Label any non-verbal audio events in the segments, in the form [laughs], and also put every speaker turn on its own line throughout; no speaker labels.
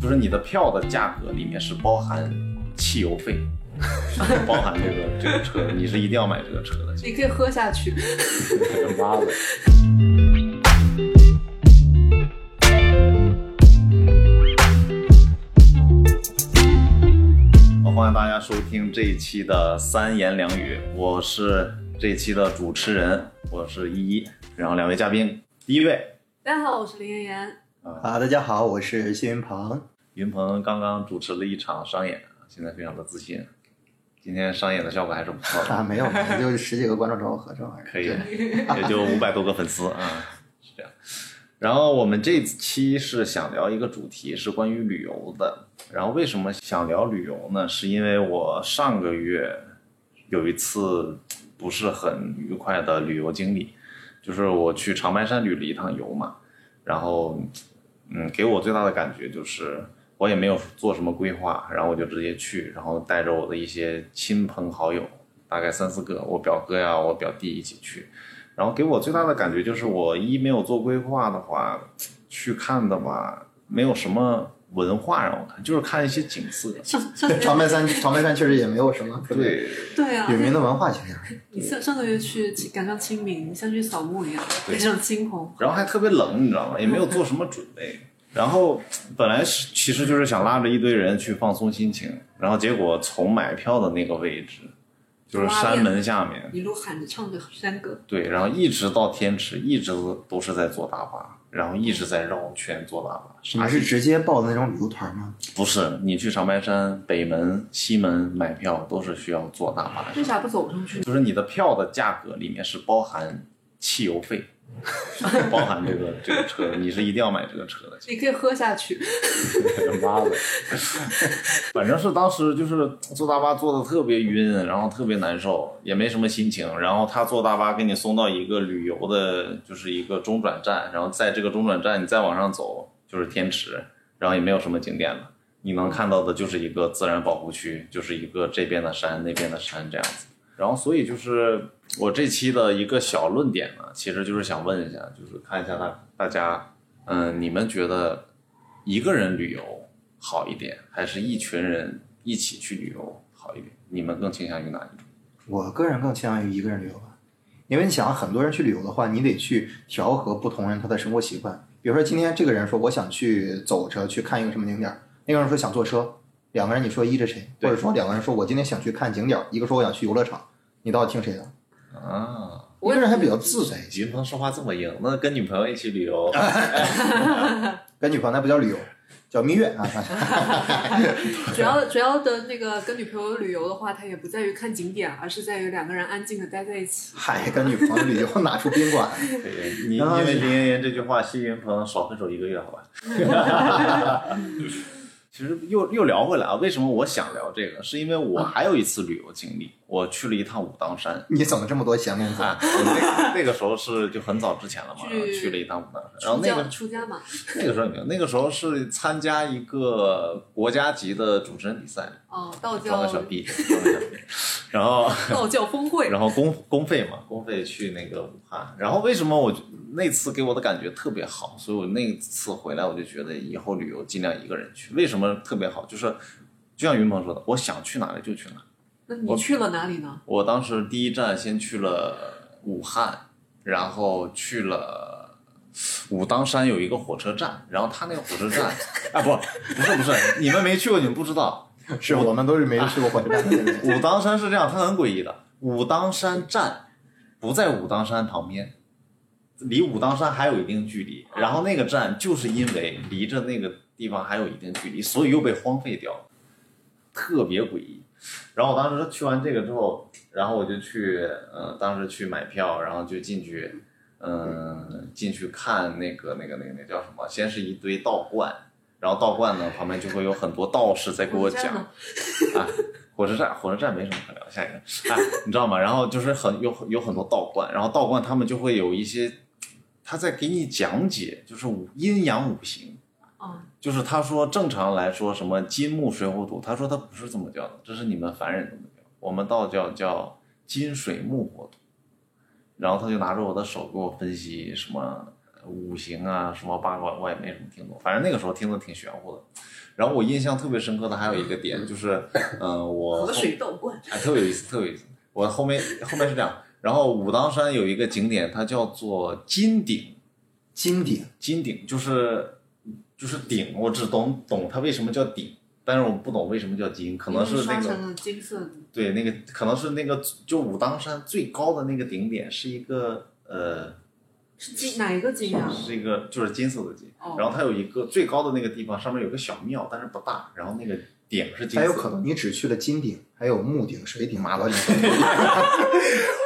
就是你的票的价格里面是包含汽油费，是包含这个这个车，你是一定要买这个车的。
你可以喝下去。 [laughs]
妈的！好，欢迎大家收听这一期的三言两语，我是这一期的主持人，我是依依，然后两位嘉宾，第一位
大家好，我是林妍妍。
啊，大家好，我是谢云鹏。
云鹏刚刚主持了一场商演，现在非常的自信，今天商演的效果还是不错的。
啊，没有，就十几个观众找我合照
[laughs]
而已。
可以，也就五百多个粉丝啊，是这样。然后我们这期是想聊一个主题，是关于旅游的。然后为什么想聊旅游呢？是因为我上个月有一次不是很愉快的旅游经历，就是我去长白山旅了一趟游嘛。然后，嗯，给我最大的感觉就是我也没有做什么规划，然后我就直接去，然后带着我的一些亲朋好友，大概三四个，我表哥呀，我表弟一起去。然后给我最大的感觉就是，我一没有做规划的话，去看的吧，没有什么文化让我看，就是看一些景色。
上上个月
长白山，长白山确实也没有什么特别
对
对啊
有，名的文化形象。
你上上个月去赶上清明，像去扫墓一样，
对
非常惊鸿。
然后还特别冷，你知道吗？也没有做什么准备。然后本来是其实就是想拉着一堆人去放松心情，然后结果从买票的那个位置，就是山门下面，
一路喊着唱着山歌，
对，然后一直到天池，一直都是在坐大巴，然后一直在绕圈坐大巴。
你
啥
是
也
直接报的那种旅游团吗？
不是？你去长白山北门、西门买票都是需要坐大巴的，
为啥不走上去？
就是你的票的价格里面是包含汽油费， [laughs] 是包含这个这个车，你是一定要买这个车的。
你可以喝下去。
妈的！反正是当时就是坐大巴坐的特别晕，然后特别难受，也没什么心情。然后他坐大巴给你送到一个旅游的，就是一个中转站，然后在这个中转站你再往上走就是天池，然后也没有什么景点了。你能看到的就是一个自然保护区，就是一个这边的山那边的山这样子。然后所以就是我这期的一个小论点呢，其实就是想问一下，就是看一下大大家，嗯，你们觉得一个人旅游好一点，还是一群人一起去旅游好一点？你们更倾向于哪一种？
我个人更倾向于一个人旅游吧，因为你想，很多人去旅游的话，你得去调和不同人他的生活习惯。比如说，今天这个人说我想去走着去看一个什么景点儿，那个人说想坐车，两个人你说依着谁？或
对
者说两个人说我今天想去看景点儿，一个说我想去游乐场，你到底听谁的？
啊，
一个人还比较
嗯
自在一些。
云鹏说话这么硬，那跟女朋友一起旅 [laughs] 游，
跟女朋友那不叫旅游，叫蜜月啊。
主要主要的那个跟女朋友旅游的话，它也不在于看景点，而是在于两个人安静的待在一起。
嗨，跟女朋友旅游哪出宾馆？ [laughs]
[laughs] 对你因
啊
为林妍妍这句话，谢云鹏少分手一个月， [laughs] 好吧？其实又又聊回来啊，为什么我想聊这个？是因为我还有一次旅游经历，我去了一趟武当山。
你怎么这么多闲工夫？
啊，我那那个时候是就很早之前了嘛，
去
然后去了一趟武当山，然后
出
那
家
个
出家嘛，
那个时候也没有，那个时候是参加一个国家级的主持人比赛，
哦，道
装
教
个小弟，装个小弟，然后
道教峰会，
然后公公费嘛，公费去那个武汉。然后为什么我就那次给我的感觉特别好，所以我那次回来我就觉得以后旅游尽量一个人去。为什么特别好？就是就像云鹏说的，我想去哪里就去哪里。
那你去了哪里呢？
我当时第一站先去了武汉，然后去了武当山有一个火车站，然后他那个火车站，啊不不是不是，你们没去过你们不知道，
是我们都是没去过火车站的人。
武当山是这样，它很诡异的。武当山站不在武当山旁边，离武当山还有一定距离。然后那个站就是因为离着那个地方还有一定距离，所以又被荒废掉了，特别诡异。然后我当时去完这个之后，然后我就去，呃，当时去买票，然后就进去，嗯、进去看那个那个那个那叫什么？先是一堆道观，然后道观呢旁边就会有很多道士在给我
火车站
讲
呢，
啊，火车站火车站没什么可聊，下一个，哎，你知道吗？然后就是很有有很多道观，然后道观他们就会有一些，他在给你讲解，就是五阴阳五行。
哦，
就是他说正常来说什么金木水火土，他说他不是这么叫的，这是你们凡人这么叫，我们道教叫金水木火土。然后他就拿着我的手给我分析什么五行啊什么八卦，我也没怎么听懂，反正那个时候听的挺玄乎的。然后我印象特别深刻的还有一个点就是，嗯、我
河水倒灌，
哎，特别有意思，特别有意思。我后面后面是这样，然后武当山有一个景点，它叫做金顶，啊
金顶
金顶就是就是顶，我只懂懂它为什么叫顶，但是我不懂为什么叫金，可能是那
刷
个
成了金色的，
对那个可能是那个就武当山最高的那个顶点是一个呃
是金哪一个金啊？
是一个就是金色的金，
哦
然后它有一个最高的那个地方上面有个小庙，但是不大，然后那个顶是金色的，
还有可能你只去了金顶，还有木顶、水顶、马
[laughs]
顶。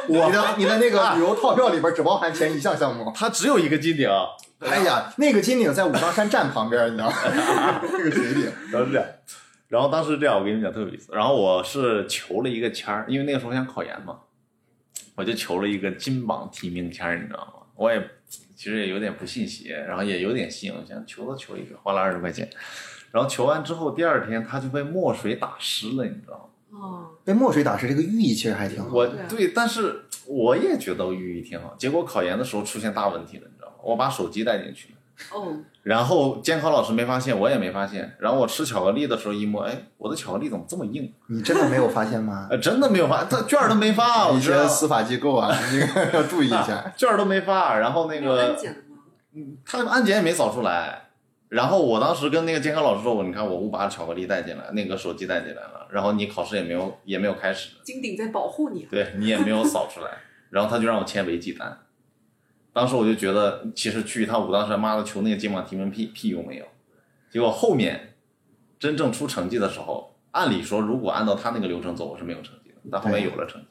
我
你的你的那
啊
个旅游套票里边只包含前一项项目。
它只有一个金顶啊，
哎呀，那个金顶在武当山站旁边，你知
[laughs]
道吗？
啊
[laughs] 那个水顶，
然后是这样，然后当时这样，我跟你们讲特有意思。然后我是求了一个签儿，因为那个时候想考研嘛，我就求了一个金榜题名签儿，你知道吗？我也其实也有点不信邪，然后也有点信，我想求都求一个，花了二十块钱。然后求完之后，第二天它就被墨水打湿了，你知道吗？
哦，
被哎墨水打湿，这个寓意其实还挺好。
我
对啊
对，但是我也觉得寓意挺好。结果考研的时候出现大问题了，你知道吗？我把手机带进去了。
哦，
然后监考老师没发现，我也没发现。然后我吃巧克力的时候一摸，哎，我的巧克力怎么这么硬？
你真的没有发
[laughs]
现吗？
呃，真的没有发，他卷儿都没发，哦我
一
知
些
道，
司法机构啊，你这个要注意一下。
卷儿都没发。然后那
没有安
个
检了吗？
他安检也没扫出来。然后我当时跟那个监考老师说，我你看我误把巧克力带进来，那个手机带进来了，然后你考试也没有也没有开始，
金顶在保护
[laughs]
你啊，
对你也没有扫出来，然后他就让我签违纪单。当时我就觉得，其实去一趟武当山，妈的求那个金榜题名屁屁用没有。结果后面真正出成绩的时候，按理说如果按照他那个流程走，我是没有成绩的，但后面有了成绩。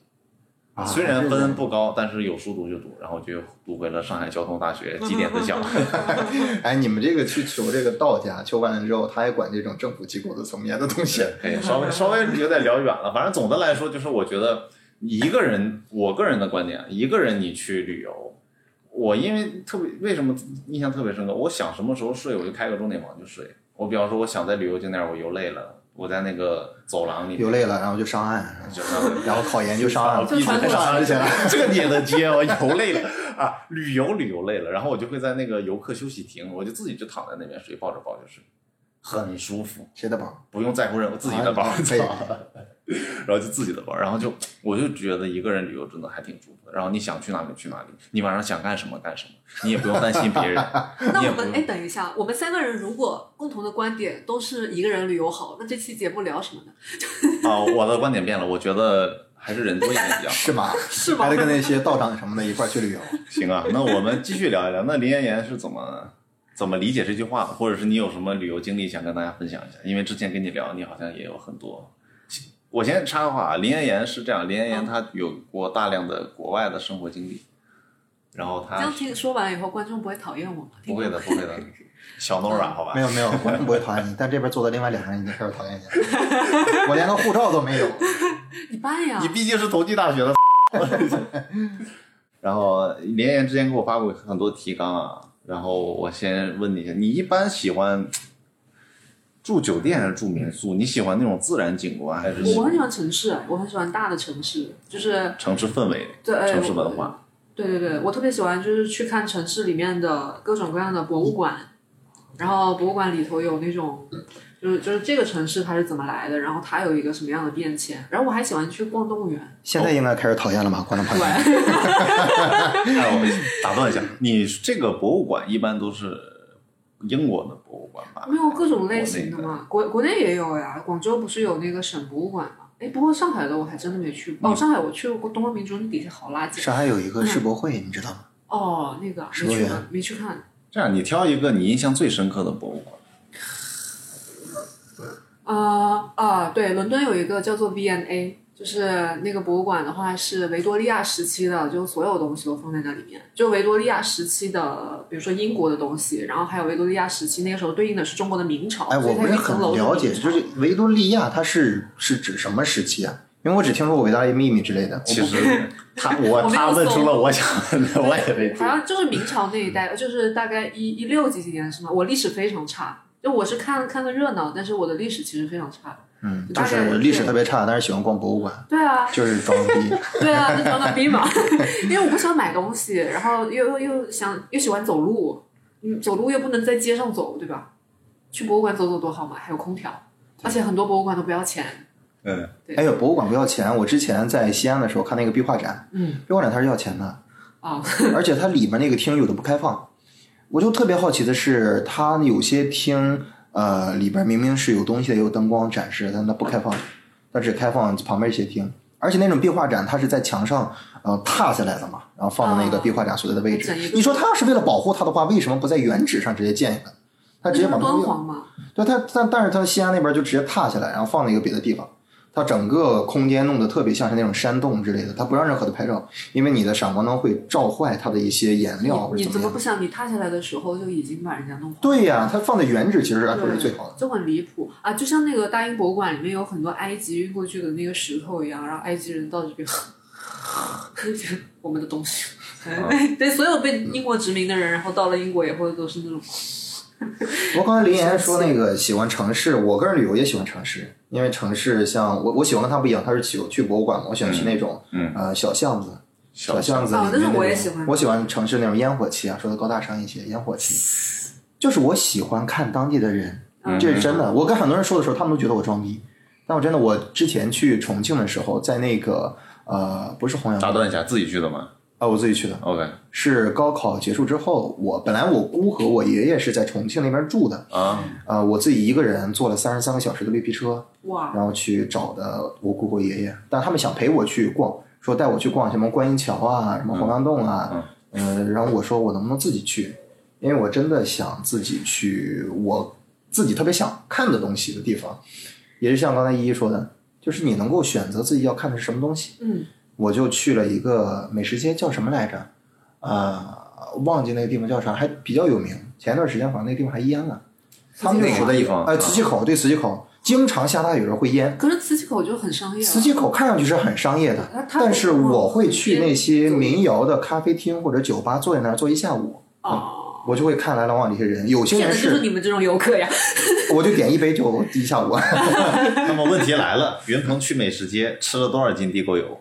啊
虽然分不高，但是有书读就读，然后就读回了上海交通大学绩点 [laughs] 分校。
哎，你们这个去求这个道家，求完了之后，他还管这种政府机构的层面的东西。
可以稍微稍微有点聊远了，反正总的来说就是，我觉得一个人，我个人的观点，啊一个人你去旅游，我因为特别为什么印象特别深刻，我想什么时候睡我就开个钟点房就睡。我比方说，我想在旅游景点我游累了，我在那个走廊里
流泪了，然后就上岸，
就上
然后考研就上岸了，
就
传统啊
上岸之前了。
这个你也能接，我游累了啊，旅游旅游累了，然后我就会在那个游客休息亭，我就自己就躺在那边睡，抱着抱着睡，很舒服，
谁的宝？
不用在乎任何自己的包，
哎
操然后就自己的 [laughs] 包，然后就我就觉得一个人旅游真的还挺舒服的。然后你想去哪里去哪里，你晚上想干什么干什么，你也不用担心别人，你
那
也
我
不
们
用
哎，等一下，我们三个人如果共同的观点都是一个人旅游好，那这期节目聊什么呢？
啊。我的观点变了，我觉得还是人多一点比较好。
是吗？
[laughs] 是吗
还得跟那些道长什么的一块儿去旅游。
行啊，那我们继续聊一聊。那林妍妍是怎么怎么理解这句话的，或者是你有什么旅游经历想跟大家分享一下？因为之前跟你聊，你好像也有很多。我先插个话啊，林妍妍是这样，林妍妍她有过大量的国外的生活经历，然后
这
她
样听说完以后，观众不会讨厌我吗？
啊不会的，不会的，小 Nora 好吧
[laughs] 没？有没有，我们不会讨厌你，但这边坐的另外两个人已经开始
[laughs]
讨厌你了。我连个护照都没有。
你办呀
你，毕竟是同济大学的。然后连岩之前给我发过很多提纲啊，然后我先问你一下，你一般喜欢住酒店还是住民宿？你喜欢那种自然景观还是
我很喜欢城市，我很喜欢大的城市，就是
城市氛围、
对哎
城市文化？
对对对，我特别喜欢就是去看城市里面的各种各样的博物馆，然后博物馆里头有那种，就是就是这个城市它是怎么来的，然后它有一个什么样的变迁，然后我还喜欢去逛动物园。
现在应该开始讨厌了吧，观众朋友？
对，
哎，我打断一下，你这个博物馆一般都是英国的博物馆吧？
没有各种类型的嘛，国国内也有呀，广州不是有那个省博物馆嘛？哎，不过上海的我还真的没去过。
嗯
哦，上海我去过东方明珠，那底下好垃圾。
上海有一个世博会，你知道吗？
哦，那个
世
没
博
去
园
看，没去看。
这样，你挑一个你印象最深刻的博物馆。
啊啊，对，伦敦有一个叫做 V&A，就是那个博物馆的话是维多利亚时期的，就所有东西都放在那里面。就维多利亚时期的，比如说英国的东西，然后还有维多利亚时期那个时候对应的是中国的明朝，
哎，
所
我
以它有
不是
一层
很
楼
了
的
解，
明
就
朝
是维多利亚它是是指什么时期啊？因为我只听说过维多利亚秘密之类的。
其实他我
我没有
他问出
搜
了我想问的，我也没听。
好像就是明朝那一代，就是大概一一六几几年是吗？我历史非常差，就我是看看个热闹，但是我的历史其实非常差的。
嗯，
大
就
概
是历史特别差，但是喜欢逛博物馆，
对啊，
就是装逼。
对啊，就装个逼
[laughs]
嘛。因为我不喜欢买东西，然后又又又想又喜欢走路，嗯，走路又不能在街上走，对吧？去博物馆走走多好嘛，还有空调，而且很多博物馆都不要钱。
嗯，
对
哎呦，博物馆不要钱！我之前在西安的时候看那个壁画展，
嗯，
壁画展它是要钱的，
啊、
[laughs] 而且它里面那个厅有的不开放。我就特别好奇的是，它有些厅呃里边明明是有东西的，也有灯光展示，但它不开放，它只开放旁边一些厅。而且那种壁画展，它是在墙上呃踏下来的嘛，然后放到那个
啊
壁画展所在的位置
整一。个
你说它要是为了保护它的话，为什么不在原址上直接建一个？它直接
就是
把它
敦煌嘛，
对，他但但是他西安那边就直接踏下来，然后放在一个别的地方。它整个空间弄得特别像是那种山洞之类的，它不让任何的拍照，因为你的闪光灯会照坏它的一些颜料或者
你
怎
怎
么
么
样
不。想你踏下来的时候就已经把人家弄坏？
对呀、它放在原址其实来说
对，
是最好的。
就很离谱啊！就像那个大英博物馆里面有很多埃及运过去的那个石头一样，然后埃及人到这边，我们的东西，
啊
哎对，所有被英国殖民的人，然后到了英国以后都是那种，
不过刚才林岩说那个喜欢城市，我个人旅游也喜欢城市，因为城市像我我喜欢跟他不一样，他是喜欢去博物馆嘛，我喜欢去那种、
嗯
呃小巷子。小巷子
哦
里面那
那
种，
种我也喜欢
我喜欢城市那种烟火气啊，说的高大上一些，烟火气。就是我喜欢看当地的人，
嗯
这是真的。我跟很多人说的时候，他们都觉得我装逼，但我真的，我之前去重庆的时候，在那个呃，不是弘
打
扬，
断一下，自己去的吗
啊，我自己去的，
？OK
是高考结束之后，我本来我姑和我爷爷是在重庆那边住的，
啊，
呃，我自己一个人坐了三十三个小时的绿皮车，
哇，
然后去找的我姑姑爷爷，但他们想陪我去逛，说带我去逛什么观音桥啊，什么黄冈洞啊，嗯、呃，然后我说我能不能自己去，因为我真的想自己去我自己特别想看的东西的地方，也是像刚才依依说的，就是你能够选择自己要看的是什么东西，
嗯，
我就去了一个美食街，叫什么来着？呃，忘记那个地方叫啥，还比较有名。前一段时间好像那个地方还淹了，他们
慈
那
禧
个
口
哪个地方啊
呃，慈禧口对慈禧口，经常下大雨的时候会淹。
嗯可是慈禧口就很商业、啊，
磁器口看上去是很商业的
它，它
但是我会去那些
嗯
民谣的咖啡厅或者酒吧，坐在那儿坐一下午，
哦，
我就会看来来往哎往这些人。有些
骗
人
的就是
是，
你们这种游客呀，
我就点一杯酒一下午。 [laughs]
那么问题来了，云鹏去美食街吃了多少斤地沟油？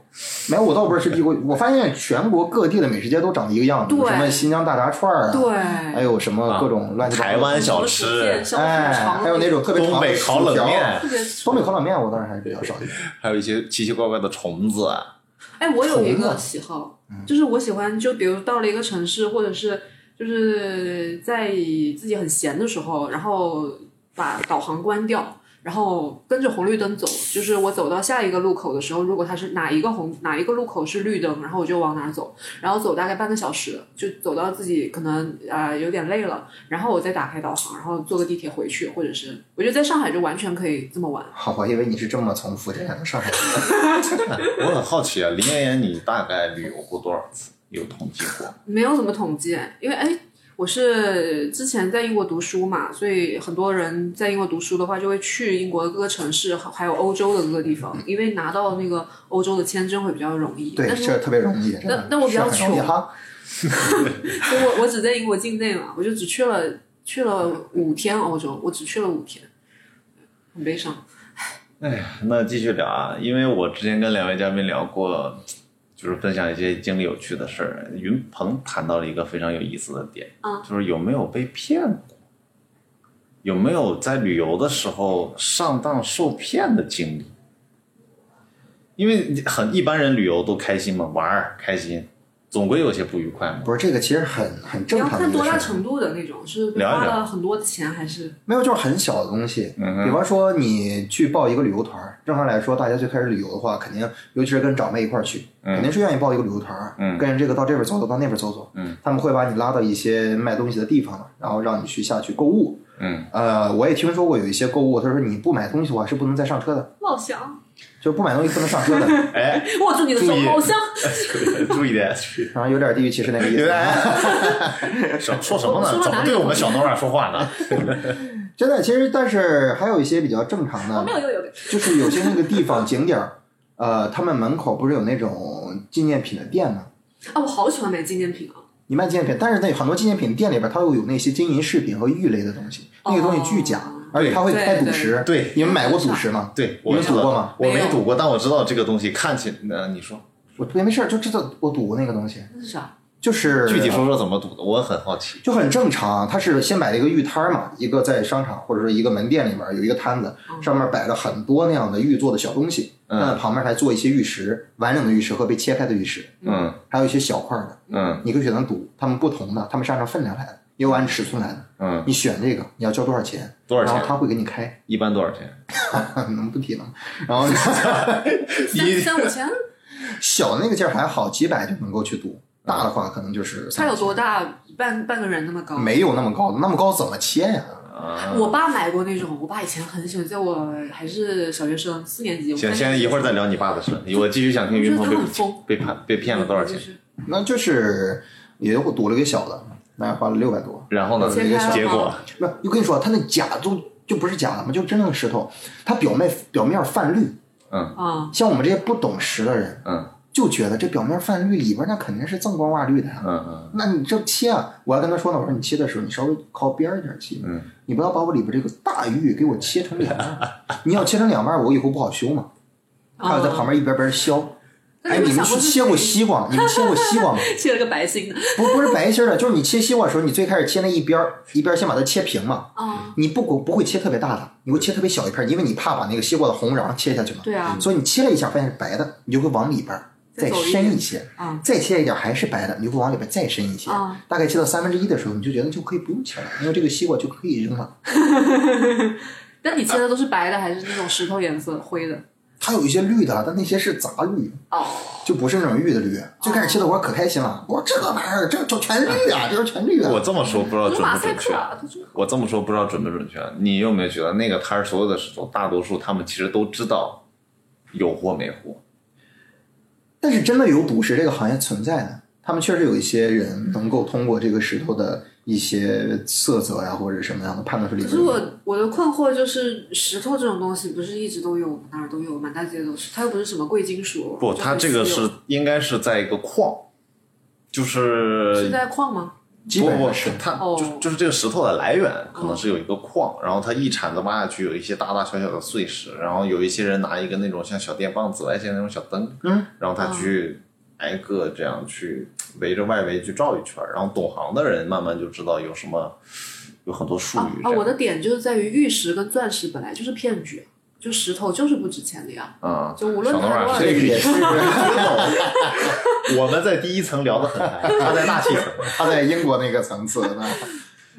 没有，我倒不是吃地沟，我发现全国各地的美食街都长得一个样子，
对
什么新疆大炸串儿啊，还
对，
有什么各种乱七八糟的
啊台湾
什
小
么薯片
吃，
小
哎，
肠
还有那种特别
东
长的
北
薯
烤冷
条，
面，
特别，
东北烤冷面我当然还是比较少见。
还有一些奇奇怪怪的虫子啊。
哎，我有一
宠物
个喜好，就是我喜欢，就比如到了一个城市，或者是就是在自己很闲的时候，然后把导航关掉，然后跟着红绿灯走。就是我走到下一个路口的时候，如果它是哪一个红哪一个路口是绿灯，然后我就往哪儿走，然后走大概半个小时，就走到自己可能呃有点累了，然后我再打开导航，然后坐个地铁回去，或者是我觉得在上海就完全可以这么玩。
好吧，我以为你是这么从福建上海来的，
我很好奇啊，林妍妍，你大概旅游过多少次？有统计过？
没有怎么统计，因为哎，我是之前在英国读书嘛，所以很多人在英国读书的话，就会去英国的各个城市，还有欧洲的各个地方，因为拿到那个欧洲的签证会比较容易。
嗯对，
但是
这特别容易。真的
那我比较
是很容易
穷
哈，
所以我我只在英国境内嘛，我就只去了去了五天欧洲，我只去了五天，很悲伤。
哎那继续聊啊，因为我之前跟两位嘉宾聊过，就是分享一些经历有趣的事儿。云鹏谈到了一个非常有意思的点，
嗯
就是有没有被骗过？有没有在旅游的时候上当受骗的经历？因为你很一般人旅游都开心嘛，玩儿开心，总归有些不愉快 [laughs] 嘛。
不是这个其实很很
你
正
要
常的
看
一个
多
事
大
儿。
程度的那种，是
聊一
花
聊
了很多的钱还是
没有，就是很小的东西。
嗯哼
比方说你去报一个旅游团儿，正常来说，大家最开始旅游的话，肯定尤其是跟长辈一块儿去，肯定是愿意报一个旅游团儿，
嗯
跟着这个到这边走走，到那边走走。
嗯，
他们会把你拉到一些卖东西的地方嘛，然后让你去下去购物。
嗯，
呃，我也听说过有一些购物，他说你不买东西的话是不能再上车的，
老乡，
就是不买东西不能上车
[laughs]
的，
哎，
握住你的手
注意，
老乡，
注意点。
然后有点地域歧视那个意思啊。
什 [laughs] 说什么
说
呢？
到
怎
哪
么
里
对我们小诺亚说话呢？
真的，其实但是还有一些比较正常的，
哦我没有又有个
就是有些那个地方景点儿，呃，他们门口不是有那种纪念品的店吗？
啊，我好喜欢买纪念品啊，
你卖纪念品，但是那很多纪念品店里边，它会有那些金银饰品和玉类的东西，那个东西巨假
哦，
而且它会
对
开赌石。
对对
你们买过赌石吗？
对，
你
我
们
知
赌
道
过吗？
我
没
没
有
赌过，但我知道这个东西看起，呃，你说
我也没事儿，就知道我赌过那个东西，
那是啥？呃
就是
具体说说怎么赌的，我很好奇。
就很正常，他是先摆了一个玉摊儿嘛，一个在商场或者说一个门店里面有一个摊子，上面摆了很多那样的玉做的小东西，
嗯
但旁边还做一些玉石，完整的玉石和被切开的玉石，
嗯
还有一些小块儿的，
嗯
你可以选择赌，他们不同的，他们是按照分量来的，也有按尺寸来的，
嗯，
你选这个你要交多少钱，
多少钱
然后他会给你开， [laughs]
一般多少钱？
能不提了吗？然后
三三五千？
小的那个件儿还好，几百就能够去赌，大的话可能就是
它有多大？半半个人那么
嗯
高？
没有那么高，那么高怎么切呀、
啊，
我爸买过那种，我爸以前很喜欢，在我还是小学生四年级。我
行，
看
先一会儿再聊你爸的事。我继续想听云
我
鹏
觉得他很疯
被被骗被骗了多少
就
钱？
是
那就是也我赌了个小的，那花了六百多。
然后呢？
切开了吗
结果
不，我跟你说，它那假都就不是假的嘛，就真正的石头，它表面表面泛绿。
嗯
啊，
像我们这些不懂石的人，
嗯
就觉得这表面泛绿里边那肯定是锃光瓦绿的呀、
嗯嗯
那你这切啊，我还跟他说呢，我说你切的时候，你稍微靠边儿一点切，
嗯
你不要把我里边这个大玉给我切成两半儿。你要切成两半儿，我以后不好修嘛。还有在旁边一边边削。
哦那
哎，
你们
你们
想过
是
是
切过
谁
西瓜吗？你们切过
[laughs]
西瓜吗？
切了个白心的
不不是白心儿的，就是你切西瓜的时候，你最开始切那一边儿，一边儿先把它切平嘛。
啊，
你不不不会切特别大的，你会切特别小一片儿，因为你怕把那个西瓜的红瓤切下去嘛。
对啊
所以你切了一下，发现是白的，你就会往里边儿
再
再
走一
深
点
一些。
啊
再切一点还是白的，你就会往里边再深一些。
啊
大概切到三分之一的时候，你就觉得就可以不用切了，因为这个西瓜就可以扔了。
但你切的都是白的还是那种石头颜色灰的？
它有一些绿的，但那些是杂绿，
哦，
就不是那种玉的绿。最开始切的我可开心了，我说这个玩意儿这这全绿啊，这是全绿啊。
我这么说不知道
都是
准
马
不
赛
哦准
克
确。
啊，都是
我这么说不知道准不准确，你有没有觉得那个摊儿所有的石头，大多数他们其实都知道有货没货？
但是真的有赌石这个行业存在的，他们确实有一些人能够通过这个石头的一些色泽呀、或者什么样的判断出里
可
边
是
有。
我我的困惑就是，石头这种东西不是一直都有吗？哪儿都有，满大街都是。它又不是什么贵金属，
不，
就
它
很
这个
稀有
是应该是在一个矿，就是
是在矿吗？
基
不
本
不
上是，
它
哦
就就是这个石头的来源可能是有一个矿，然后它一铲子挖下去有一些大大小小的碎石，然后有一些人拿一个那种像小电棒、紫外线那种小灯，
嗯，
然后他去挨个这样去围着外围去照一圈儿，然后懂行的人慢慢就知道有什么有很多术
啊
语这
啊！我
样
的点就是在于玉石跟钻石本来就是骗局，就石头就是不值钱的呀。
啊，
就无论
小
他
东啊
多少
这
这
个
个也是
我们在第一层聊得很嗨，他在大气
[laughs]
层。
他在英国那个层次的。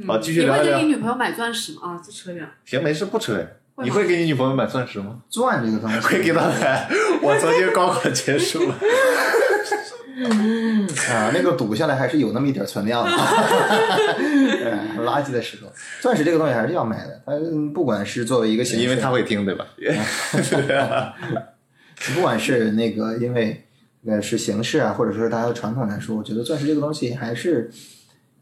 好，继续
嗯你
聊
会
一
给你
聊。
女朋友买钻石吗？啊，这扯远了。
行，没事，不扯。
会
你
吗
会给你女朋友买钻石吗？
钻这个东西，
会给她买。我曾经高考结束了。
啊，那个赌下来还是有那么一点
[laughs]
存量的，哎垃圾的石头，钻石这个东西还是要买的。它不管是作为一个形式，
因为他会听，对吧？
不管是那个因为呃是形式啊，或者说是大家的传统来说，我觉得钻石这个东西还是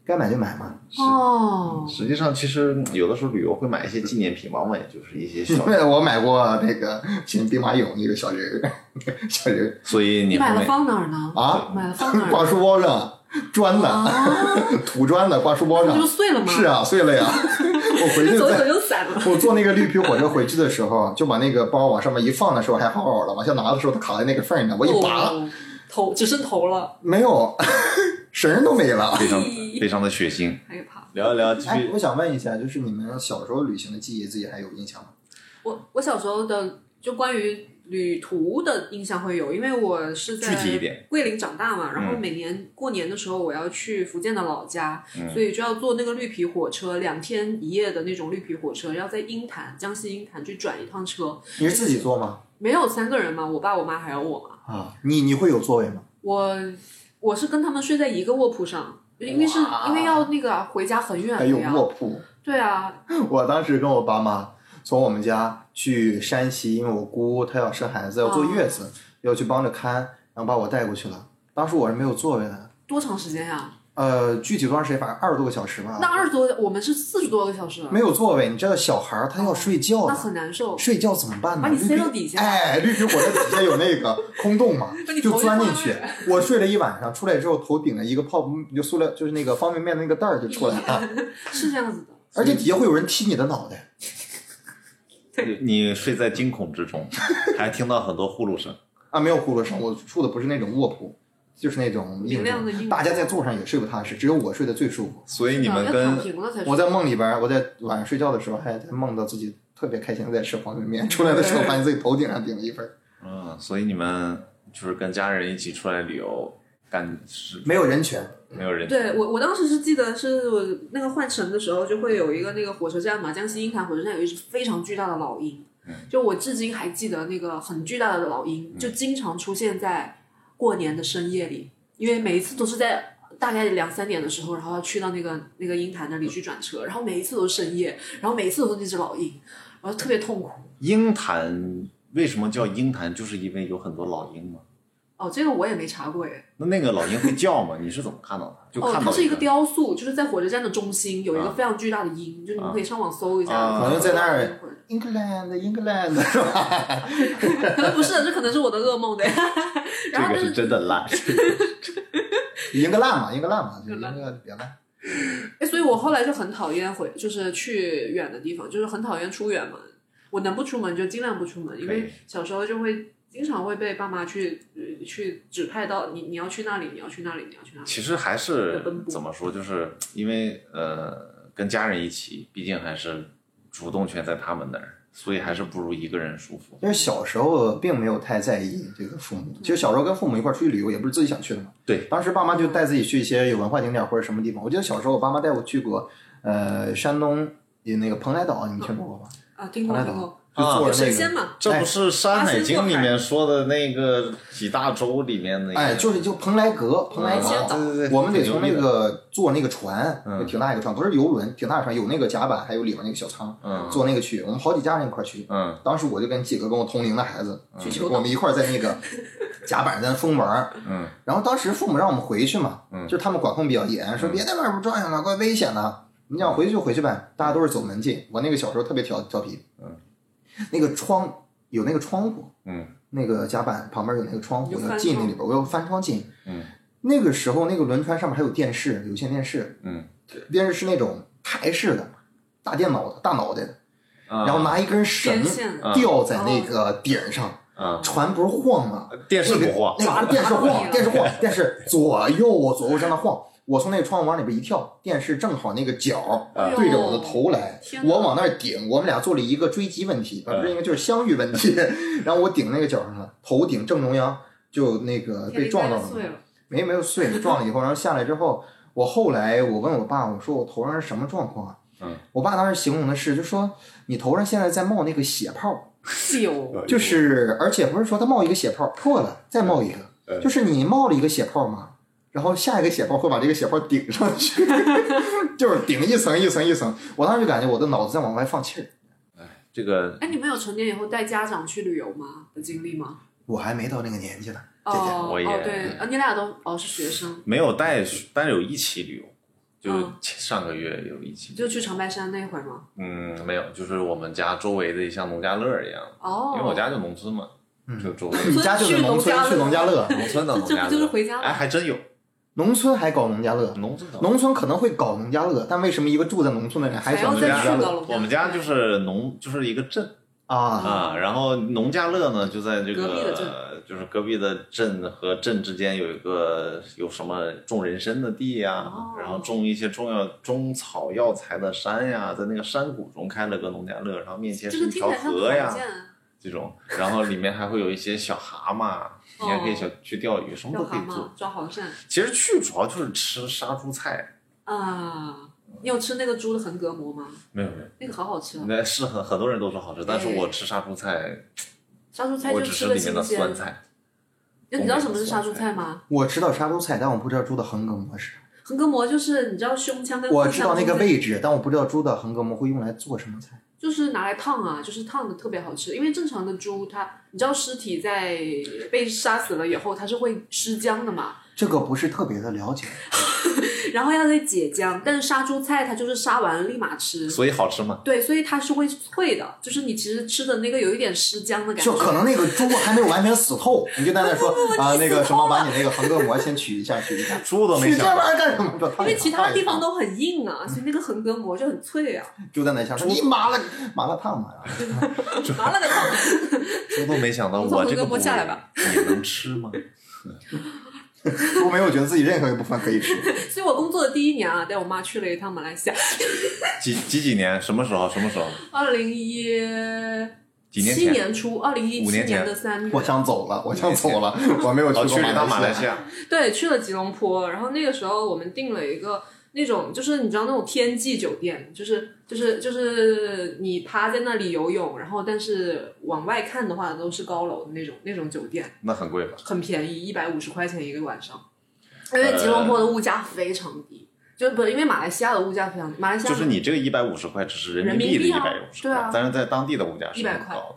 该买就买嘛。
哦，
[laughs] 实际上，其实有的时候旅游会买一些纪念品，往往也就是一些 [laughs] 小
因，为我买过那个秦兵马俑那个小人儿，小人
所以你
你买
后
了
面
放哪儿呢
儿？啊，
买了放哪儿
挂
呢？
书包上，砖的，
啊，
土砖的挂书包
不
上
就，碎了吗？[laughs]
是啊，碎了呀。我回去
走一走
在
就散了。
我坐那个绿皮火车回去的时候，就把那个包往上面一放的时候还好好的，往下拿的时候它卡在那个缝儿里， [laughs] 我一拔，
哦，头只剩头了，
没有，绳儿都没了。
非常非常的血腥。
害怕。
[laughs] 聊一聊，继
哎
续，
我想问一下，就是你们小时候旅行的记忆，自己还有印象吗？
我我小时候的就关于旅途的印象会有，因为我是在
具体一点
桂林长大嘛，然后
嗯
每年过年的时候我要去福建的老家，所以就要坐那个绿皮火车，两天一夜的那种绿皮火车，要在鹰潭江西鹰潭去转一趟车，
你是自己坐吗？
没有三个人嘛，我爸我妈还有我嘛，
啊，你你会有座位吗？
我我是跟他们睡在一个卧铺上。因为是
哇
因为要那个回家很远
还
的
有
呀，
卧铺。
对啊，
[laughs] 我当时跟我爸妈从我们家去山西，因为我姑她要生孩子要坐月
哦
子，要去帮着看，然后把我带过去了。当时我是没有座位的，
多长时间呀？
呃，具体多长时间？反正二十多个小时吧。
那二十多，我们是四十多个小时，
没有座位，你知道小孩儿他要睡
那
觉的，
很难受。
睡觉怎么办呢？
把你塞到
绿皮
底下
哎，绿皮火车底下有那个 [laughs] 空洞嘛
把你，
就
头
钻
就
进
放
去。我睡了一晚上，出来之后头顶着一个泡，就塑料，就是那个方便面的那个袋儿就出来了，
[laughs] 是这样子的，
而且底下会有人踢你的脑袋。
你你睡在惊恐之中，还听到很多呼噜声。
啊，没有呼噜声，我住的不是那种卧铺，就是那种硬
明亮的硬
大家在座上也睡不踏实，只有我睡得最舒服。
[laughs] 所以你们
啊要
跟
躺平了才
我在梦里边儿，我在晚上睡觉的时候，还在梦到自己特别开心的在吃方便面，出来的时候发现自己头顶上顶了一份儿，
嗯，所以你们就是跟家人一起出来旅游，感是
没有人权。
没有人
对我，我当时是记得是我那个换乘的时候，就会有一个那个火车站嘛，江西鹰潭火车站有一只非常巨大的老鹰，
嗯
就我至今还记得那个很巨大的老鹰，就经常出现在过年的深夜里，因为每一次都是在大概两三点的时候，然后要去到那个那个鹰潭那里去转车，然后每一次都是深夜，然后每一次都是那只老鹰，然后特别痛苦。
鹰潭为什么叫鹰潭？就是因为有很多老鹰嘛。
哦，这个我也没查过耶。
那那个老鹰会叫吗？你是怎么看到它？就
哦，
看
它
到
是一个
个
雕塑，就是在火车站的中心有一个
啊
非常巨大的鹰，就你们可以上网搜一下。
啊
可能在那儿
或者
England，England 是吧？
可能不是，这可能是我的噩梦的。
这
然后
个
但
是
是
真的烂。
英格兰嘛，英格兰嘛，就
英
英
格兰
格兰比较烂。
哎，所以我后来就很讨厌回，就是去远的地方，就是很讨厌出远门。我能不出门就尽量不出门，因
可
为
以
小时候就会经常会被爸妈去呃去指派到你你要去那里，你要去那里，你要去那里。
其实还是
要奔波
怎么说，就是因为呃跟家人一起，毕竟还是主动权在他们那儿，所以还是不如一个人舒服。
就是小时候并没有太在意这个父母，其实小时候跟父母一块儿出去旅游，也不是自己想去的嘛。
对，
当时爸妈就带自己去一些有文化景点或者什么地方。我记得小时候我爸妈带我去过，呃，山东有那个蓬莱岛，你们听说过吗？
啊，听过
蓬莱
听
岛
过，
就坐着
神
那
仙
个。
嘛，
这不是《山海经》里
八仙过
面说的那个几大洲里面的？
哎，就是就蓬莱阁、蓬莱
嗯仙岛
岛，
对对对，
我们得从那
挺牛逼的
个坐那个船，
嗯
就挺大一个船，不是游轮，挺大的船，有那个甲板，还有里面那个小舱，
嗯
坐那个去，我们好几家人一块儿去。
嗯
当时我就跟几个跟我同龄的孩子，
去求
我们一块儿在那个甲板上疯玩儿，
嗯
然后当时父母让我们回去嘛，
嗯
就是他们管控比较严，说别在外边转悠了，怪危险的。你想回去就回去呗，大家都是走门禁。我那个小时候特别调调皮，
嗯，
那个窗有那个窗户，
嗯
那个甲板旁边有那个窗户，
有
我就
翻
进那
窗
里边，我要翻窗进。
嗯
那个时候那个轮船上面还有电视，有线电视，
嗯，
电视是那种台式的，大电脑的大脑袋的，
然
然后拿一根绳
天线哦
啊
吊在那个顶上，
啊，
船不是晃吗？
呃电视不晃，
[laughs]
那个电视晃，电视晃，电视左右左右在那晃。我从那个窗户往里边一跳，电视正好那个角
哎呦
嗯对着我的头来，
天哪
我往那儿顶，我们俩做了一个追击问题，
嗯
呃不是应该就是相遇问题， [laughs] 然后我顶那个角上了，头顶正中央，就那个
天
被
灵
撞
盖
到
都
了，
碎了，
没没有碎，撞了以后，然后下来之后，我后来我问我爸，我说我头上是什么状况啊？
嗯，
我爸当时形容的是，就说你头上现在在冒那个血泡，
有
就是，而且不是说它冒一个血泡破了再冒一
嗯
个，就是你冒了一个血泡嘛，然后下一个血泡会把这个血泡顶上 [laughs] 去，就是顶一层一层一层。我当时就感觉我的脑子在往外放气儿，
这个
哎，你们有成年以后带家长去旅游吗的经历吗？
我还没到那个年纪呢，姐
哦
姐。
我也
哦，对，啊，你俩都哦是学生，
没有带，但是有一起旅游，就是
嗯
上个月有一起，
就去长白山那会儿吗？
嗯，没有，就是我们家周围的像农家乐一样，
哦，
因为我家就农村嘛，
嗯
就周
[laughs]
围
你家就在农村，去农家乐，
农村的
这
农
这
家
不就是
乐，
回家吗？
哎，还真有
农村还搞农家乐，
农村的。
农村可能会搞农家乐，但为什么一个住在农村的人还
还
想
我们
要
农
再
家
去
乐
到了
我们家就是农，就是一个镇
啊？
啊，然后农家乐呢就在这
隔壁的
个就是隔壁的镇和镇之间有一个有什么种人参的地呀、
哦
然后种一些中药中草药材的山呀、在那个山谷中开了个农家乐，然后面前
这
是
个
一条
听起来像
河呀
罕见。
这种，然后里面还会有一些小蛤蟆，你还可以小去钓鱼，什么
钓
都可
哦蛤
以做。
蟆、抓黄鳝
其实去主要就是吃杀猪菜，
啊！你有吃那个猪的横膈膜吗？
没有没有，
那个好好吃啊！
那是很很多人都说好吃，但是我吃杀猪菜，
杀猪菜
我
就
只吃
个
里面
新
的
鲜
酸。菜。
那你知道什么是杀猪菜吗？
我知道杀猪菜，但我不知道猪的横膈膜是。
横膈膜就是你知道胸腔跟腹
我
腔
知道那个
中间
位置，但我不知道猪的横膈膜会用来做什么菜。
就是拿来烫啊，就是烫的特别好吃。因为正常的猪它，你知道尸体在被杀死了以后，它是会尸僵的嘛。
这个不是特别的了解，
然后要得解浆，但是杀猪菜它就是杀完了立马吃，
所以好吃吗？
对，所以它是会脆的，就是你其实吃的那个有一点湿浆的感觉。
就可能那个猪还没有完全死透，你就在
[laughs]
那说啊、那个什么，把你那个横膈膜先取一下，取一下。
猪都没
取这
想
玩意
到，
儿干什么？
因为其他地方
都
都很硬啊，所以那个横膈膜就很脆
[laughs]
啊。
就在
[laughs]
那想说你麻辣麻辣烫嘛，
麻辣的烫，
猪都没想到
我 [laughs] 从
我这
德
个部
国
位
下来吧
你能吃吗？
猪没有觉得自己任何一部分可以吃。
所以我工作的第一年啊，带我妈去了一趟马来西亚，
几几几年？什么时候？什么时候？
二零一
几年
七
前？
年初，二零一
五
七
年前
的三
我
月，
想
[laughs]
走了，我想走了，我没有去
哦，
过
去了一趟马来西
亚。
亚，
对，去了吉隆坡。然后那个时候我们订了一个那种，就是你知道那种天际酒店，就是就是就是你趴在那里游泳，然后但是往外看的话都是高楼的那种那种酒店，
那很贵吧？
很便宜，一百五十块钱一个晚上。因为吉隆坡
呃
的物价非常低，就不因为马来西亚的物价非常低，马来西亚
就是你这个一百五十块，只是人民币的一
人民币
百
啊
五十
对
块
啊，
但是在当地的物价是
100
很
块
高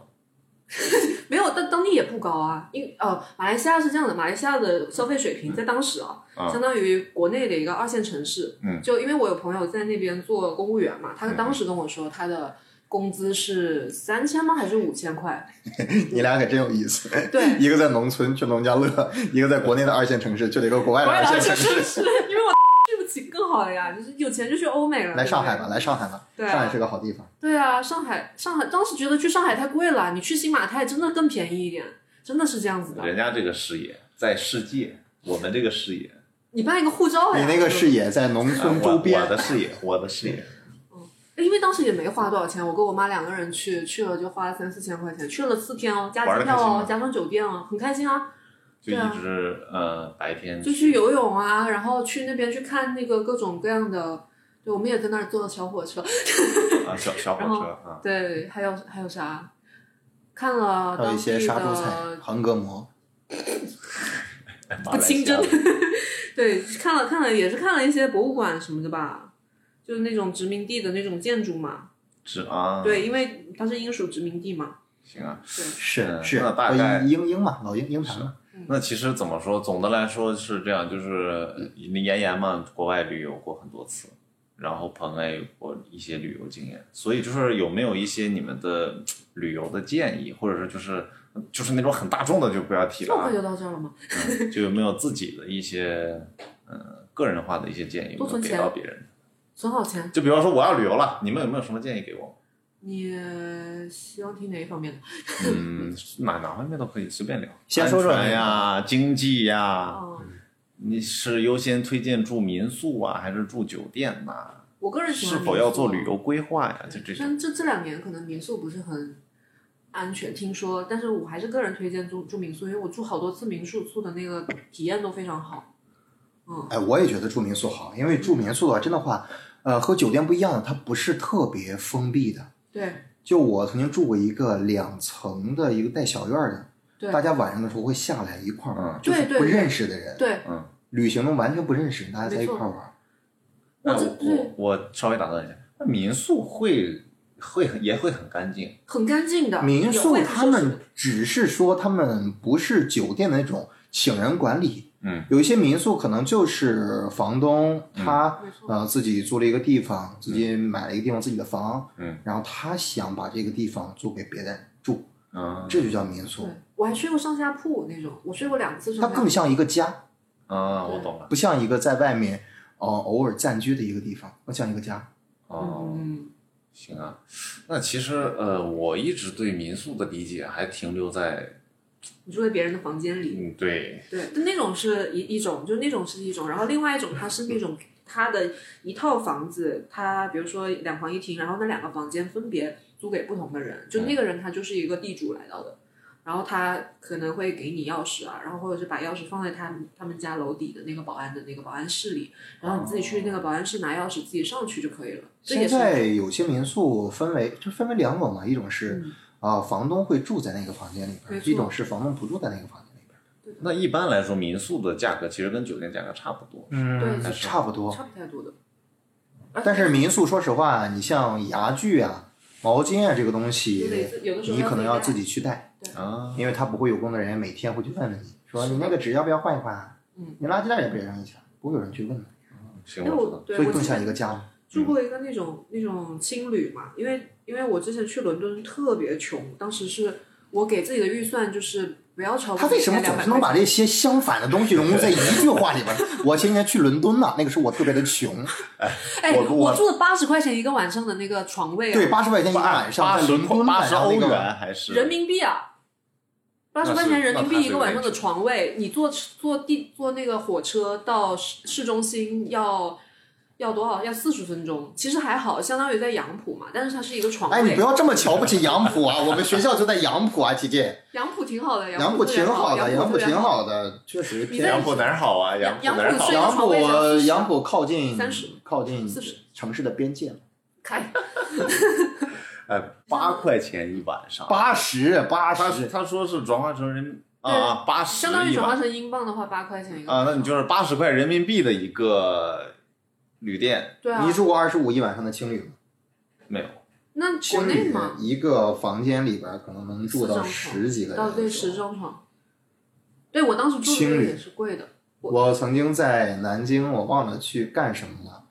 没有，但当地也不高啊。因呃，马来西亚是这样的，马来西亚的消费水平在当时啊，
嗯
相当于国内的一个二线城市。
嗯
就因为我有朋友在那边做公务员嘛，他
嗯
当时跟我说他的工资是三千吗？还是五千块？
[laughs] 你俩可真有意思，
对，
一个在农村去农家乐， [laughs] 一个在国内的二线城市去了一个国外的
我也
二
了
线
解
城市。
是是，因为我对不起更好的呀，就是有钱就去欧美了。
来上海
[laughs] 对
吧，
不
来上海吧，
对啊
上海是个好地方。
对对啊，上海上海当时觉得去上海太贵了，你去新马泰真的更便宜一点，真的是这样子
的。
的。
人家这个视野在世界，我们这个视野，
你办一个护照呀，
你那个视野在农
啊
村
我
周
我
边，
的视野，我的
[laughs]
视野，
哎因为当时也没花多少钱，我跟我妈两个人去，去了就花了三四千块钱，去了四天哦，加
玩
机
得开
票
心吗
哦，加上酒店哦，很开心啊，
就
对啊
一直呃白天
就去游泳啊，然后去那边去看那个各种各样的，对，我们也在那儿坐小火车， [laughs]
啊小小火
然后
车啊，
对，还有还有啥，看了
还有
当
一
地
些杀猪菜
的、
横膈膜。
马来
不清
西亚
真，对，看了看了也是看了一些博物馆什么的吧，就是那种殖民地的那种建筑嘛，
是啊，，
对，因为它是英属殖民地嘛，
行啊。
是
嗯
是，呃
那大概
英英嘛，老鹰鹰盘嘛。
那其实怎么说？总的来说是这样，就是你妍妍嘛，国外旅游过很多次，然后鹏也有过一些旅游经验，所以就是有没有一些你们的呃旅游的建议，或者是就是就是那种很大众的就不要提了
这么
啊
快，就到这儿了吗？
嗯就有没有自己的一些呃个人化的一些建议，有没
多
有
存
给
钱
到别人？
存好钱，
就比方说我要旅游了，你们有没有什么建议给
嗯
我？
你呃希望听哪一方面的？
嗯，哪哪方面都可以，随便聊。
先说说
安全呀，经济呀。
哦，
你是优先推荐住民宿啊，还是住酒店呐、
我个人喜
是
欢
否要做旅游规划呀？就这
民宿？
种。
但这这两年可能民宿不是很安全，听说，但是我还是个人推荐住住民宿，因为我住好多次民宿，住的那个体验都非常好。
哎，我也觉得住民宿好，因为住民宿的话，真的话，呃，和酒店不一样，它不是特别封闭的。
对，
就我曾经住过一个两层的一个带小院儿的，
对
大家晚上的时候会下来一块儿玩，
嗯
就是
对对
不
对
认识的人，
对
嗯，
旅行中完全不认识，大家在
没
一
错
块儿玩。
我
那
这
我我我稍微打断一下，那民宿会会很也会很干净，
很干净的。
民
也
宿
会
他
收拾
们
的
只是说他们不是酒店的那种请人管理，
嗯，
有一些民宿可能就是房东
嗯
他、
没错
呃自己租了一个地方，自己买了一个地方自己的房，
嗯，
然后他想把这个地方租给别人住，
嗯
这就叫民宿
对，，我还睡过上下铺那种，我睡过两次上
它
下铺嗯
更。像一个家，
啊，我懂了。
不像一个在外面呃偶尔暂居的一个地方，更像一个家。
哦，
嗯，
行啊。那其实呃，我一直对民宿的理解还停留在
你嗯住在别人的房间里，
嗯，对，
对，那种是一一种，就那种是一种，然后另外一种它是那种它的一套房子，它比如说两房一厅，然后那两个房间分别租给不同的人，就那个人他就是一个地主来到的，然后他可能会给你钥匙啊，然后或者是把钥匙放在他们他们家楼底的那个保安的那个保安室里，然后你自己去那个保安室拿钥匙，自己上去就可以了。这也
哦
是
现在有些民宿分为就分为两种嘛，一种是
嗯
啊、房东会住在那个房间里边
没
儿，
错
一种是房东不住在那个房间里边儿。
那一般来说，民宿的价格其实跟酒店价格差不多。
对
还差不多。
差不太多的。啊
但是民宿，说实话，你像牙具啊、毛巾啊这个东
有的
西
自有的，时候
你可能要
自
自
己
己去带，
啊，
因为他不会有工作人员每天会去问问你说你那个纸要不要换一换啊，
嗯
你垃圾袋要不要扔一下，不会有人去问的。
行，
因为
我知
我
道。
对
所以
我
更
之
像
前
一个家嘛。
住过一个那种那种青旅嘛，因为因为我之前去伦敦特别穷，当时是我给自己的预算就是不要超过
他为什么总是能把这些相反的东西融入在一句话里边？ [laughs] 我前几天去伦敦呐、那个时候我特别的穷，
哎，
我我
我住了八十块钱一个晚上的那个床位、啊，
对，八十块钱一个晚上，
八
在
十
伦敦
八
晚
十
上
欧
那个
元还是
人民币啊，八
是
十块钱人民
那
币
还
一
是
个晚上的
有点
床位，你坐坐地坐那个火车到市市中心要要多少？要四十分钟，其实还好，相当于在杨浦嘛，但是它是一个床位。
哎，你不要这么瞧不起杨浦啊！我们学校就在杨浦啊，姐姐，
杨浦挺好的，
杨
浦特别
挺好的，
杨
杨浦
特别
挺。好的，确实
你在
杨浦哪儿好啊？
杨
杨浦哪儿
杨浦
好？
睡
杨
床
浦
位上是
杨浦靠近
30
靠近
40
城市的边界嘛，
开
哎，八块钱一晚上。
八十八
他
十，
他说是转化成人民啊
对
啊，八十
相当于
一
转化
晚
成英镑的话，八块钱一个
啊，那你就是八十块人民币的一个旅店
对啊
你，住过二十五一晚上的青旅吗？
没有？
那国
青
内
旅
嘛，
一个房间里边可能能住
四
到
张床
十几个人，
到对十。张床，对我当时住的那
青
个
旅
也是贵的，
我曾经在南京，我忘了去干什么了。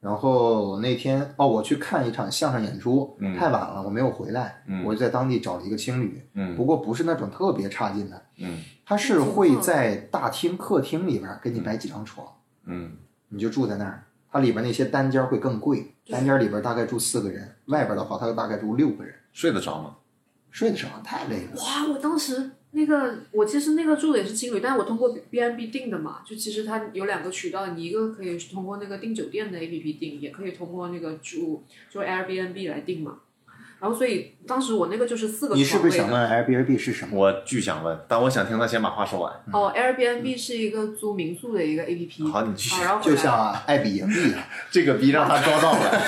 然后那天哦，我去看一场相声演出，
嗯
太晚了，我没有回来，
嗯
我就在当地找了一个青旅，不
嗯
过不是那种特别差劲的，
嗯
它是会在大厅、客厅里边儿给你摆几张床，
嗯
你就住在那儿。它里边那些单间儿会更贵，
对
单间儿里边大概住四个人，外边的话它大概住六个人，
睡得着吗？
睡得上太累了。
哇，我当时那个，我其实那个住的也是青旅，但是我通过 B N B 订的嘛，就其实它有两个渠道，你一个可以通过那个订酒店的 A P P 订，也可以通过那个住就 Airbnb 来订嘛。然后所以当时我那个就是四个
你是
床
不
位
是想
的。
问 Airbnb 是什么？
我巨想问，但我想听他先把话说完。
哦，Airbnb 是一个租民宿的一个 A P P。
好，你继续
啊，。然后回来
就像爱彼迎彼啊，
这个逼让他抓到了。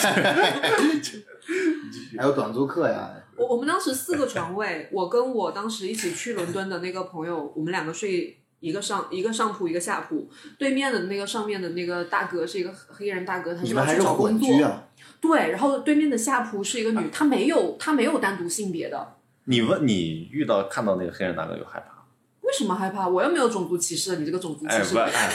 还有短租客呀，
我我们当时四个床位，我跟我当时一起去伦敦的那个朋友，我们两个睡一个上一个上铺一个下铺，对面的那个上面的那个大哥是一个黑人大哥，他
你
是
们
要
还
去
是
找
混
工作，
居啊？
对，然后对面的下铺是一个女，她没有她没有单独性别的，
你问你遇到看到那个黑人大哥有害怕？
为什么害怕？我又没有种族歧视，你这个种族
哎
歧
不，
视，
哎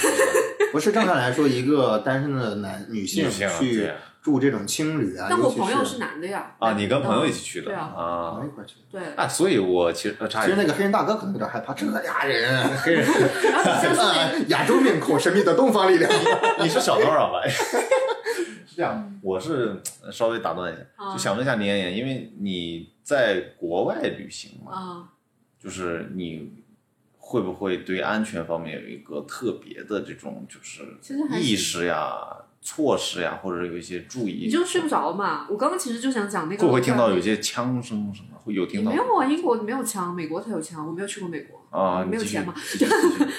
不是正常来说，一个单身的男女性
女性啊对
去
啊
住这种青旅啊，
但
尤
我
其
朋友
是
是男的呀，
啊，你跟朋友一起去
对
的
啊
朋友
啊
一？块儿去的。
对，
啊，所以我其实呃差
其
一
实那
点。
个黑人大哥可能有点害怕，这俩人，
黑人，
然后你像是那个
嗯亚洲面孔，神秘的东方力量。
[laughs] 你是小多少吧？是这样，我是呃稍微打断一下，
嗯啊
就想问一下林妍妍，因为你在国外旅行嘛，
啊，
就是你会不会对安全方面有一个特别的这种就是
其实还
意
行
识呀、措施呀，或者有一些注意？
你就睡不着嘛。我刚刚其实就想讲那个，
会不会听到有些枪声什么？会有听到
没有啊，英国没有枪，美国才有枪，我没有去过美国。
啊？
没有钱
吗
嘛？
继续继
[laughs]
续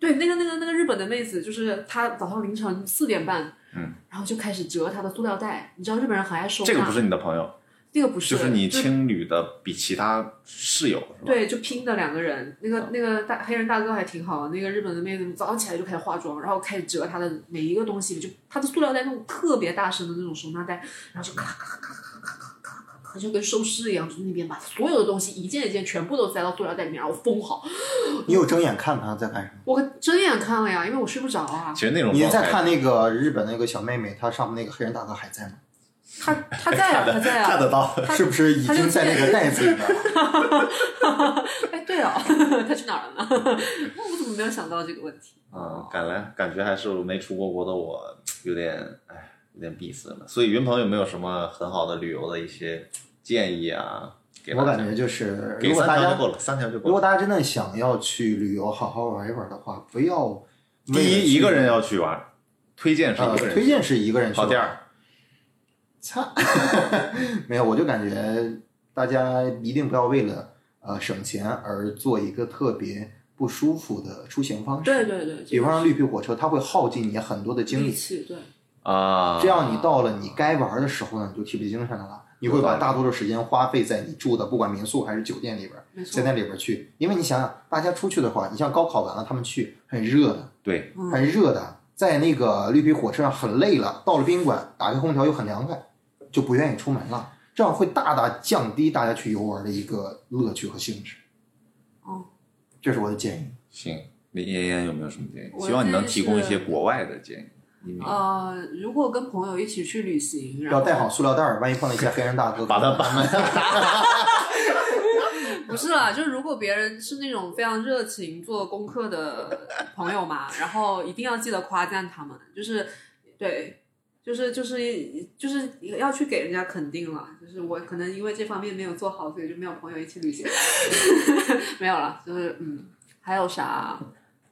对，那个那个那个日本的妹子，就是她早上凌晨四点半，
嗯，
然后就开始折她的塑料袋。你知道日本人很爱收纳，
这个不是你的朋友，
那个不是，
就是你青旅的比其他室友是吧？
对，就拼的两个人，那个那个大黑人大哥还挺好，那个日本的妹子早上起来就开始化妆，然后开始折她的每一个东西，就她的塑料袋那种特别大声的那种收纳袋，然后就咔咔咔咔咔咔咔咔咔咔，就跟收尸一样，就是那边把所有的东西一件一件全部都塞到塑料袋里面，然后封好。
[laughs] 你有睁眼看他在干什么？
我睁眼看了呀，因为我睡不着啊。
其实那种
你
状态
在看那个日本那个小妹妹，她上面那个黑人大哥还在吗？
她她在啊，她
[laughs]
在
看
啊。
得到，
他
[laughs] 是不是已经在那个袋子里边了？
哎，对 [laughs] 了，她去哪儿了呢？ [laughs] 我怎么没有想到这个问题？
嗯，感来感觉还是没出过国的我有点哎，有点闭塞了。所以云鹏有没有什么很好的旅游的一些建议啊？给
我
大
感
家
觉就是，
给
如果
三
大
条
家
就够了，三条就
如
够
果
了。
大家真的想要去旅游，好好玩一玩的话，不要
第一，一个人要去玩，推荐是一
呃，
个人去，
推荐是一个人去
好
玩。
第二，
擦， [laughs] 没有，我就感觉大家一定不要为了呃省钱而做一个特别不舒服的出行方式。
对，对对，
比方说绿皮火车，它会耗尽你很多的精
力
力，
嗯
气，对，
啊，
这样你到了你该玩的时候呢，你就提不起精神来了。你会把大多数时间花费在你住的不管民宿还是酒店里边儿，
没错
在。那里边儿去。因为你想想，大家出去的话，你像高考完了，他们去很热的，
对，
嗯
很热的，在那个绿皮火车上很累了，到了宾馆打开空调又很凉快，就不愿意出门了。这样会大大降低大家去游玩的一个乐趣和兴致。
哦，
这是我的建议。
行。林妍妍有没有什么建议？
我
希望你能
建议
提供一
是
些国外的建议。
呃，如果跟朋友一起去旅行，然
要
后
带好塑料袋儿，万一碰到一些黑人大哥，
把他把
不是啦，就是如果别人是那种非常热情做功课的朋友嘛，然后一定要记得夸赞他们，就是对，就是就是就是要去给人家肯定了。就是我可能因为这方面没有做好，所以就没有朋友一起旅行， [laughs] 没有了。就是嗯，还有啥？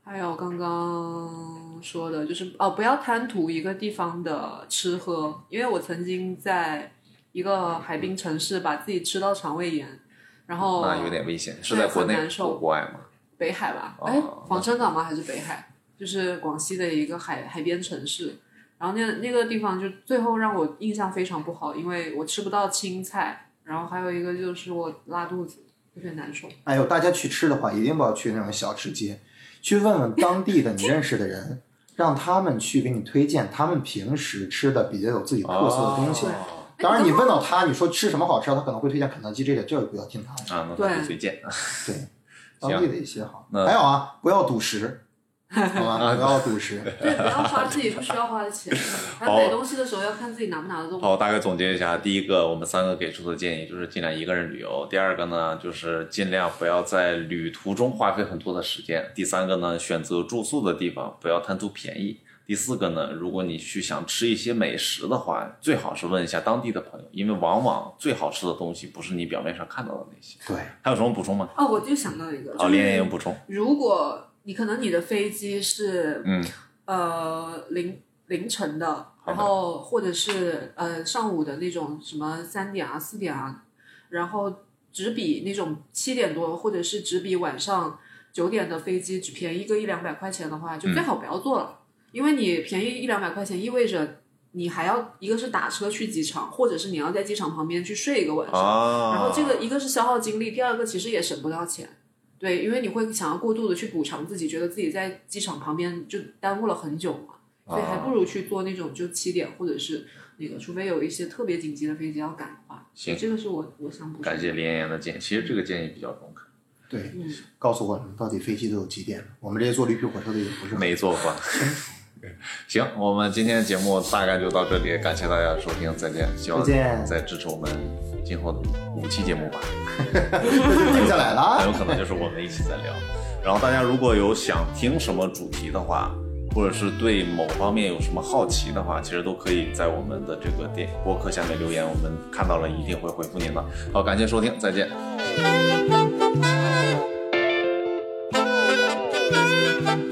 还有刚刚说的，就是哦，不要贪图一个地方的吃喝，因为我曾经在一个海滨城市把自己吃到肠胃炎。然后
那啊有点危险，是
哦对
在国
很
内
难受
国国外吗？
北海吧，
哦
哎、黄山岛吗？还是北海？就是广西的一个海海边城市。然后那那个地方就最后让我印象非常不好，因为我吃不到青菜，然后还有一个就是我拉肚子，特别
[laughs]
难受。
哎呦，大家去吃的话，一定不要去那种小吃街，去问问当地的你认识的人，让他们去给你推荐他们平时吃的比较有自己特色的东西。
哦
当然，你问到他，你说吃什么好吃，他可能会推荐肯德基这些，这个不要听他的，
啊，那
对
不随便
对，
行
当地的一些好。
那
还有啊，不要赌石，好吧，不要赌石。
对，不要花自己不需要花的
[laughs]
钱。还有买东西的时候要看自己拿不拿得动。
好，我大概总结一下，第一个我们三个给出的建议就是尽量一个人旅游；第二个呢，就是尽量不要在旅途中花费很多的时间；第三个呢，选择住宿的地方不要贪图便宜；第四个呢，如果你去想吃一些美食的话，最好是问一下当地的朋友，因为往往最好吃的东西不是你表面上看到的那些。
对，
还有什么补充吗？
哦，我就想到一个，
好，
就
连连有
是
补充。
如果你可能你的飞机是
嗯，
呃凌凌晨的，
好的
然后或者是呃上午的那种什么三点啊四点啊，然后只比那种七点多或者是只比晚上九点的飞机只便宜个一两百块钱的话，
嗯
就最好不要坐了，因为你便宜一两百块钱意味着。你还要一个是打车去机场，或者是你要在机场旁边去睡一个晚上，
啊，
然后这个一个是消耗精力，第二个其实也省不到钱，对，因为你会想要过度的去补偿自己，觉得自己在机场旁边就耽误了很久嘛，
啊
所以还不如去做那种就七点或者是那个，除非有一些特别紧急的飞机要赶的话，
行
这个是我我想补充的。
感谢连岩的建议，其实这个建议比较中肯，
对，
嗯，
告诉我们到底飞机都有几点？我们这些坐绿皮火车的也不是很
没做过。 [laughs] 行，我们今天的节目大概就到这里，感谢大家的收听，再见，希望
再见
再支持我们今后的五期节目吧，
[laughs] 定下来了啊
很。有可能就是我们一起在聊。然后大家如果有想听什么主题的话，或者是对某方面有什么好奇的话，其实都可以在我们的这个电播客下面留言，我们看到了一定会回复您的。好，感谢收听，再见。
Thank you.